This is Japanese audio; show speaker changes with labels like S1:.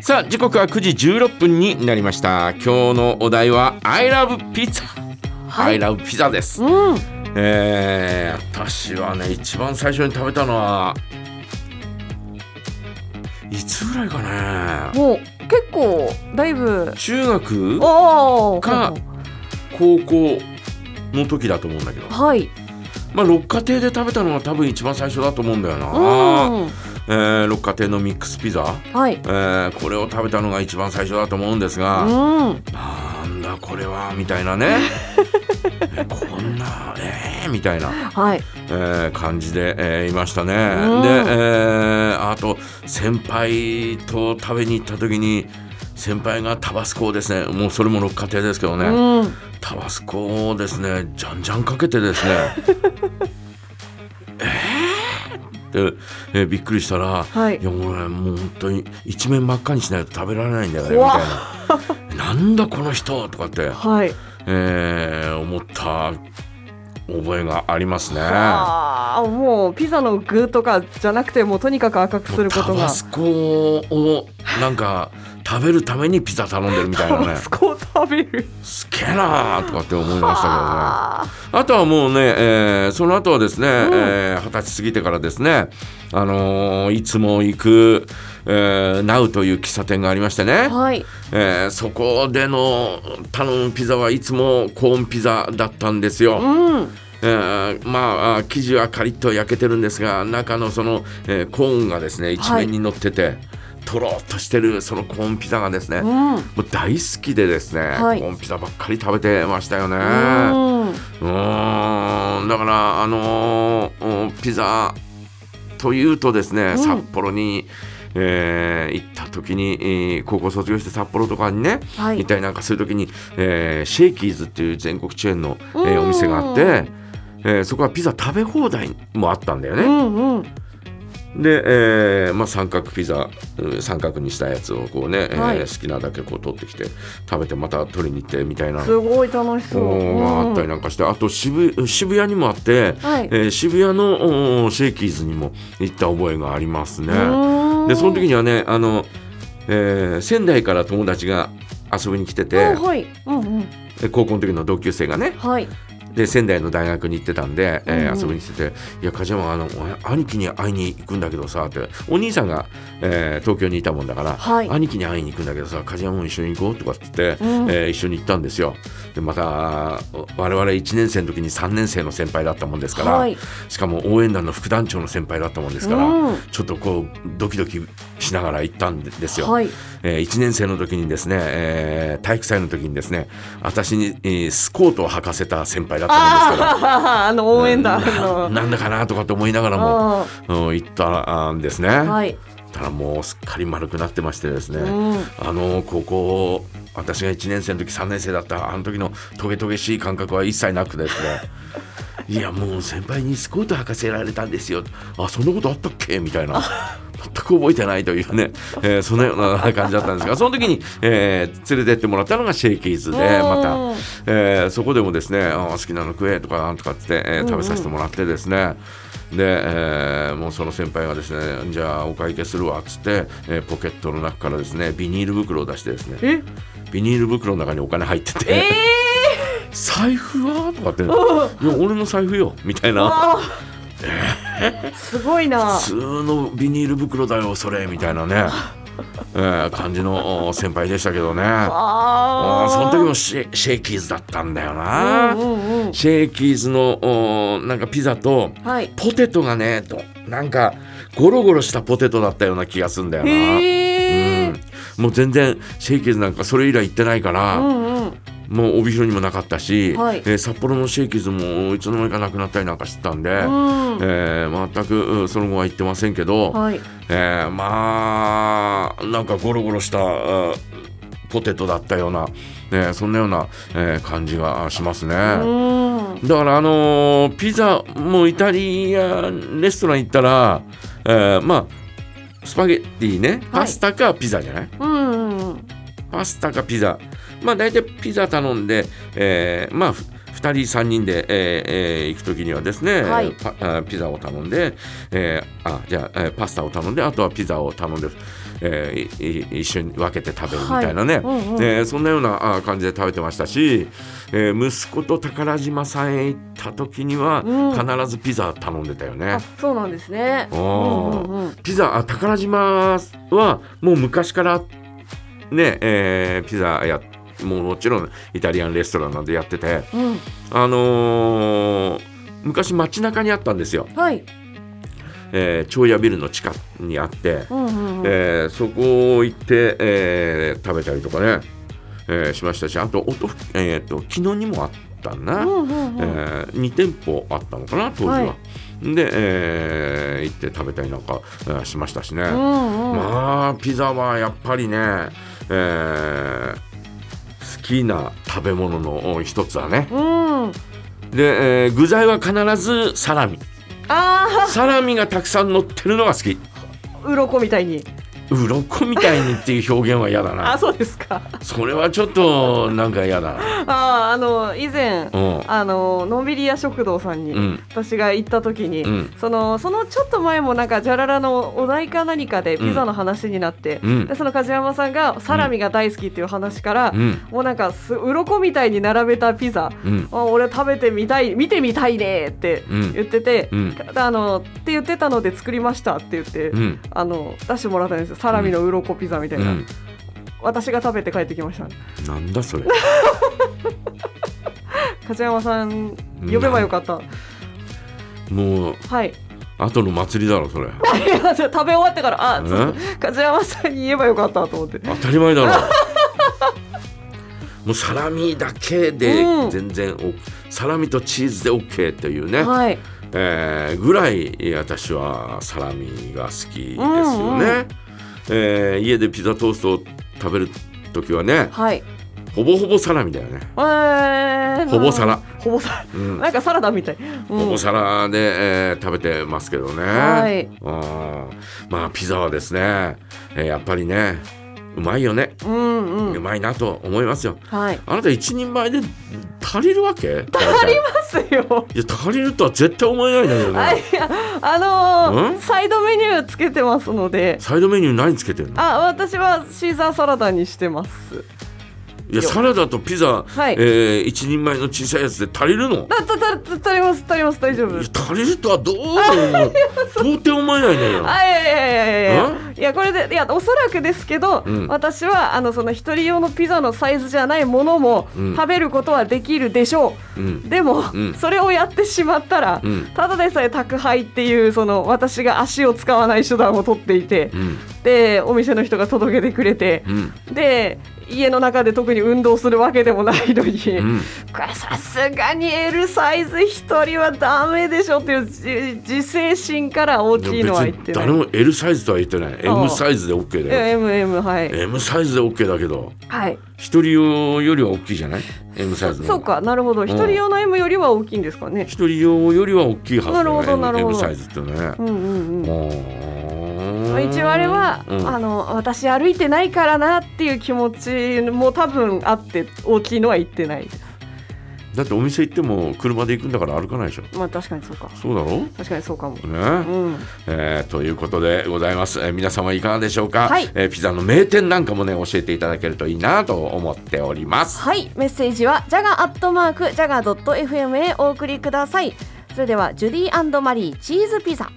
S1: さあ時刻は9時16分になりました今日のお題は I love pizza、I love pizza です、
S2: うん。
S1: えー、私はね一番最初に食べたのはいつぐらいかね
S2: もう結構だいぶ。
S1: 中学
S2: おお。
S1: か高校の時だと思うんだけど
S2: はい。
S1: まあ六花亭で食べたのは多分一番最初だと思うんだよ
S2: う
S1: な、
S2: ん。
S1: えー、六花亭のミックスピザ、
S2: はい。
S1: えー、これを食べたのが一番最初だと思うんです
S2: う
S1: が、
S2: ん。
S1: なんだこれはみたいなね えこんなえー、みたいな、
S2: はい。
S1: えー感じで、えーいましたね、
S2: ん
S1: で、えーあと先輩と食べに行った時に先輩がタバスコをですねもうそれも六家庭ですけどね、
S2: うん。
S1: タバスコをですねじゃんじゃんかけて ですねえーって、えーびっくりしたら、
S2: はい
S1: やもうねもう本当に一面真っ赤にしないと食べられないんだよねみ
S2: うわ
S1: たいな「 なんだこの人」とかって、
S2: はい。
S1: えー思った覚えがありますね。
S2: ああ、もうピザの具とかじゃなくて、もうとにかく赤くするこ
S1: タ
S2: と
S1: バ
S2: が。
S1: スコをなんか食べるためにピザ頼んでるみたいなね
S2: スコを食べる。
S1: すげえなーとかって思いましたけどね。
S2: あ
S1: あとはもうね、えーその後はですね、えー二、十、歳過ぎてからですね、あのーいつも行く、えー、ナウという喫茶店がありましてね
S2: ー、はい。
S1: えーそこでの頼むピザはいつもコーンピザだったんですよ。
S2: うん。
S1: えーまああ生地はカリッと焼けてるんですが中のその、えーコーンがですね一
S2: はい
S1: 面に乗ってて、とろっとしてるそのコーンピザがですね、
S2: う
S1: も
S2: ん。
S1: う大好きでですね、
S2: はい
S1: コーンピザばっかり食べてましたよね。
S2: うん。
S1: うーんだからあのーうんピザというとですね、
S2: ん
S1: 札幌に、えー行った時に、えー高校卒業して札幌とかにね、
S2: はい
S1: 行ったりなんかする時に、えーシェイキーズっていう全国チェーンの、えー
S2: うん
S1: お店があって、えーそこはピザ食べ放題もあったんだよ
S2: う
S1: ね。
S2: んうん。
S1: で、えーまあ、三角ピザうん三角にしたやつをこうね、えー
S2: はい
S1: 好きなだけこう取ってきて食べてまた取りに行ってみたいな
S2: すごい楽しそう。
S1: おがあったり
S2: うん
S1: なんかしてあと渋渋谷にもあって、
S2: はい
S1: えー渋谷のおーシェイキーズにも行った覚えがありますね。
S2: うん
S1: でその時にはねあの、えー仙台から友達が遊びに来て
S2: あ
S1: て
S2: はい。うんうん。
S1: で高校の時の同級生がね
S2: はい。で
S1: で仙台の大学に行ってたんで、えー
S2: うんうん
S1: 遊びに来てて「いや梶山あのお兄貴に会いに行くんだけどさ」ってお兄さんが、えー東京にいたもんだから、
S2: はい
S1: 兄貴に会いに行くんだけどさ梶山も一緒に行こう」とかっつって、
S2: うん
S1: えー一緒に行ったんですよ。でまたお我々1年生の時に3年生の先輩だったもんですから、
S2: はい
S1: しかも応援団の副団長の先輩だったもんですから、
S2: うん
S1: ちょっとこうドキドキしながら行ったんですよ。
S2: はい。
S1: え1年生の時にですね、えー体育祭の時にですね私に、えースコートを履かせた先輩だったんですけど。
S2: ああ、あの応援団
S1: な
S2: の。
S1: なんだかなとかって思いながらも、
S2: あ
S1: うん、行ったんですね、
S2: あはい。
S1: ただもうすっかり丸くなってましてですね、
S2: うん
S1: あの高校私が1年生の時3年生だったあの時のトゲトゲしい感覚は一切なくてですねいやもう先輩にスコート履かせられたんですよあそんなことあったっけみたいな全く覚えてないというね、えーそのような感じだったんですがその時に、えー連れてってもらったのがシェイキーズでまた
S2: うん、
S1: えーそこでもですねあ好きなの食えとかなんとかっつって、えー食べさせてもらってですね、で、えーもうその先輩がですねじゃあお会計するわっつって、えーポケットの中からですねビニール袋を出してですね
S2: え。
S1: ビニール袋の中にお金入ってて、
S2: え
S1: 財布はとか って、いや俺の財布よみたいな
S2: え。すごいな。
S1: 普通のビニール袋だよそれみたいな ね、えー感じのお先輩でしたけどね
S2: あ
S1: お
S2: あ。
S1: その時もシェシェイキーズだったんだよな、
S2: うんうんうん。
S1: シェイキーズのおなんかピザと
S2: はい。
S1: ポテトがねとなんかゴロゴロしたポテトだったような気がするんだよな。
S2: へえ。
S1: うんもう全然シェイキーズなんかそれ以来行ってないか
S2: う
S1: ら、
S2: んうん。
S1: もう帯広にもなかったし、
S2: はい
S1: えー札幌のシェイキーズもいつの間にかなくなったりなんかしてたんで、
S2: ん
S1: えー全くうんその後は行ってませんけど、
S2: はい。
S1: えーまあなんかゴロゴロしたあポテトだったような、ね、そんなような、えー感じがしますね。
S2: うん。
S1: だからあのーピザもイタリアレストラン行ったら、えーまあスパゲッティねパスタかピザじゃない、
S2: うんうんうん。
S1: パスタかピザまあ大体ピザ頼んで、えーまあふ2人3人で、えーえー行く時にはですね、
S3: はい
S1: パあピザを頼んで、えーあじゃあ、えーパスタを頼んであとはピザを頼んで、えーいい一緒に分けて食べるみたいなね、
S3: はいうんうん
S1: えーそんなようなあ感じで食べてましたし、えー息子と宝島さんへ行った時には
S3: う
S1: 必ずピザ頼んでたよね
S3: あ。そうなんですね。
S1: おー
S3: うんうんうん
S1: ピザあ宝島はもう昔からね、えーピザやもうもちろんイタリアンレストランなんでやってて
S3: うん
S1: あのー昔街中にあったんですよ、
S3: はい。
S1: えー、長屋ビルの地下にあって、
S3: うんうんうん
S1: えーそこを行って、えー食べたりとかね、えーしましたしあとおと、えー、と昨日にもあったな、
S3: うんうん
S1: え
S3: うん
S1: ー2店舗あったのかな当時は、
S3: は
S1: で、えー行って食べたりなんか、えーしましたしね、
S3: うんうん
S1: まあピザはやっぱりね、えー好きな食べ物の一つだね
S3: うん。
S1: で、えー具材は必ずサラミ
S3: あ
S1: サラミがたくさん乗ってるのが好き
S2: 鱗みたいに。
S1: 鱗みたいにっていう表現は嫌だ
S2: あ、
S1: な
S2: そうですか。
S1: それはちょっとなんか嫌だな
S2: あー、あの以前
S1: う。ん
S2: あののんびり屋食堂さんに、
S1: うん
S2: 私が行った時に、
S1: うん
S2: そのそのちょっと前もなんかじゃららのお題か何かで
S1: うん
S2: ピザの話になって、
S1: うん
S2: でその梶山さんがサラミが大好きっていう話から、
S1: うん
S2: もうなんかす鱗みたいに並べたピザ、
S1: うん
S2: あ俺食べてみたい見てみたいねって
S1: うん
S2: 言ってて、
S1: うん
S2: あのって言ってたので作りましたって言って、
S1: うん
S2: あの出してもらったんですよサラミの鱗ピザみたいうな、
S1: ん
S2: 私が食べて帰ってきました、
S1: なんだそれ
S2: 梶山さん呼べばよかった、
S1: もう
S2: はい
S1: 後の祭りだろそれ
S2: いやじゃあ食べ終わってからあ
S1: え
S2: そう梶山さんに言えばよかったと思って
S1: 当たり前だろ もうサラミだけで全然、おサラミとチーズで OK っていうね、
S3: はい。
S1: えーぐらい私はサラミが好きです
S3: う
S1: よね、
S3: んうん
S1: えー家でピザトーストを食べる時はね
S3: はい。
S1: ほぼほぼサラミだよね、
S3: えー
S1: ほぼサラ。
S2: ほぼさ
S1: うん
S2: なんかサラダみたい、うん
S1: ほぼサラで、えー食べてますけどね、
S3: はい
S1: あまあピザはですね、えーやっぱりねうまいよね、
S3: うんう。
S1: うんまいなと思いますよ
S3: はい。
S1: あなた一人前で足りるわけ足りま
S2: ですよ
S1: いや足りるとは絶対思えないんだけど
S2: あ
S1: ね
S2: いやあのー
S1: ん
S2: サイドメニューつけてますので
S1: サイドメニュー何つけてるの
S2: あ私はシーザーサラダにしてます
S1: いやサラダとピザ、
S2: はい
S1: えー一人前の小さいやつで足りるの
S2: だたたた足ります足ります大丈
S1: い
S2: 夫
S1: や足りるとはどうも 到底思えないんだよ
S2: あいやいやいやいやいや
S1: ん
S2: いやこれでいやおそらくですけど、
S1: うん
S2: 私はあのその一人用のピザのサイズじゃないものも
S1: うん
S2: 食べることはできるでしょう、
S1: うん
S2: でも、
S1: うん
S2: それをやってしまったら、
S1: うん
S2: ただでさえ宅配っていうその私が足を使わない手段を取っていて、
S1: うん
S2: でお店の人が届けてくれて
S1: う、ん
S2: で家の中で特に運動するわけでもないのに、
S1: うん
S2: これさすがに L サイズ1人はダメでしょっていうじ自制心から大きいのは言ってない
S1: 誰。も L サイズとは言ってない M サイズで OK だよ
S2: MM はい
S1: M サイズで OK だけど
S2: はい
S1: 一人用よりは大きいじゃない M サイズの
S2: そうかなるほど一人用の M よりは大きいんですかね
S1: 一人用よりは大きいはずだ
S2: なるほどな
S1: よね
S2: る
S1: M M
S2: ほど
S1: サイズってね、
S2: うんうんうん
S1: う
S2: 一応あれは、
S1: うん
S2: あの私歩いてないからなっていう気持ちも多分あって大きいのは言ってないです
S1: だってお店行っても車で行くんだから歩かないでしょ
S2: まあ確かにそうか
S1: そうだろ
S2: 確かにそうかも
S1: ね
S2: うん
S1: えーということでございます、えー皆様いかがでしょうか、
S3: はい
S1: えーピザの名店なんかもね教えていただけるといいなと思っております
S3: はい。メッセージは、ジャガアットマーク、ジャガ .fm へお送りください。それでは、ジュディマリーチーズピザ。